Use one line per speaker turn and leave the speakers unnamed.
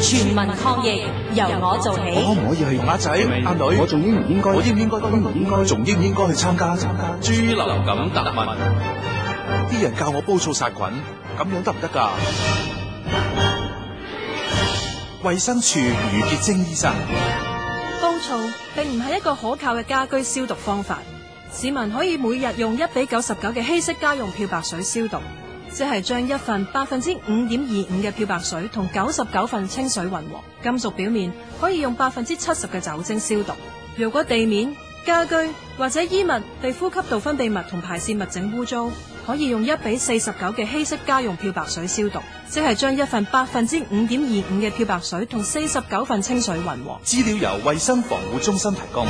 全民抗疫，由我做
可
起。
唔可以去同阿仔、阿女？
我仲應唔應該
我應唔應該？應唔應該？仲應唔應該去參加？參加？
豬流感特問，
啲人教我煲醋殺菌，咁樣得唔得㗎？衛生署余潔晶醫生，
煲醋並唔係一個可靠嘅家居消毒方法，市民可以每日用一比九十九嘅稀釋家用漂白水消毒，即係將一份百分之五點二五嘅漂白水同九十九份清水混和，金屬表面可以用百分之七十嘅酒精消毒。如果地面、家居或者衣物被呼吸道分泌物同排泄物整污糟，可以用一比四十九嘅稀釋家用漂白水消毒，即係將一份百分之五點二五嘅漂白水同四十九份清水混和。
資料由衛生防護中心提供。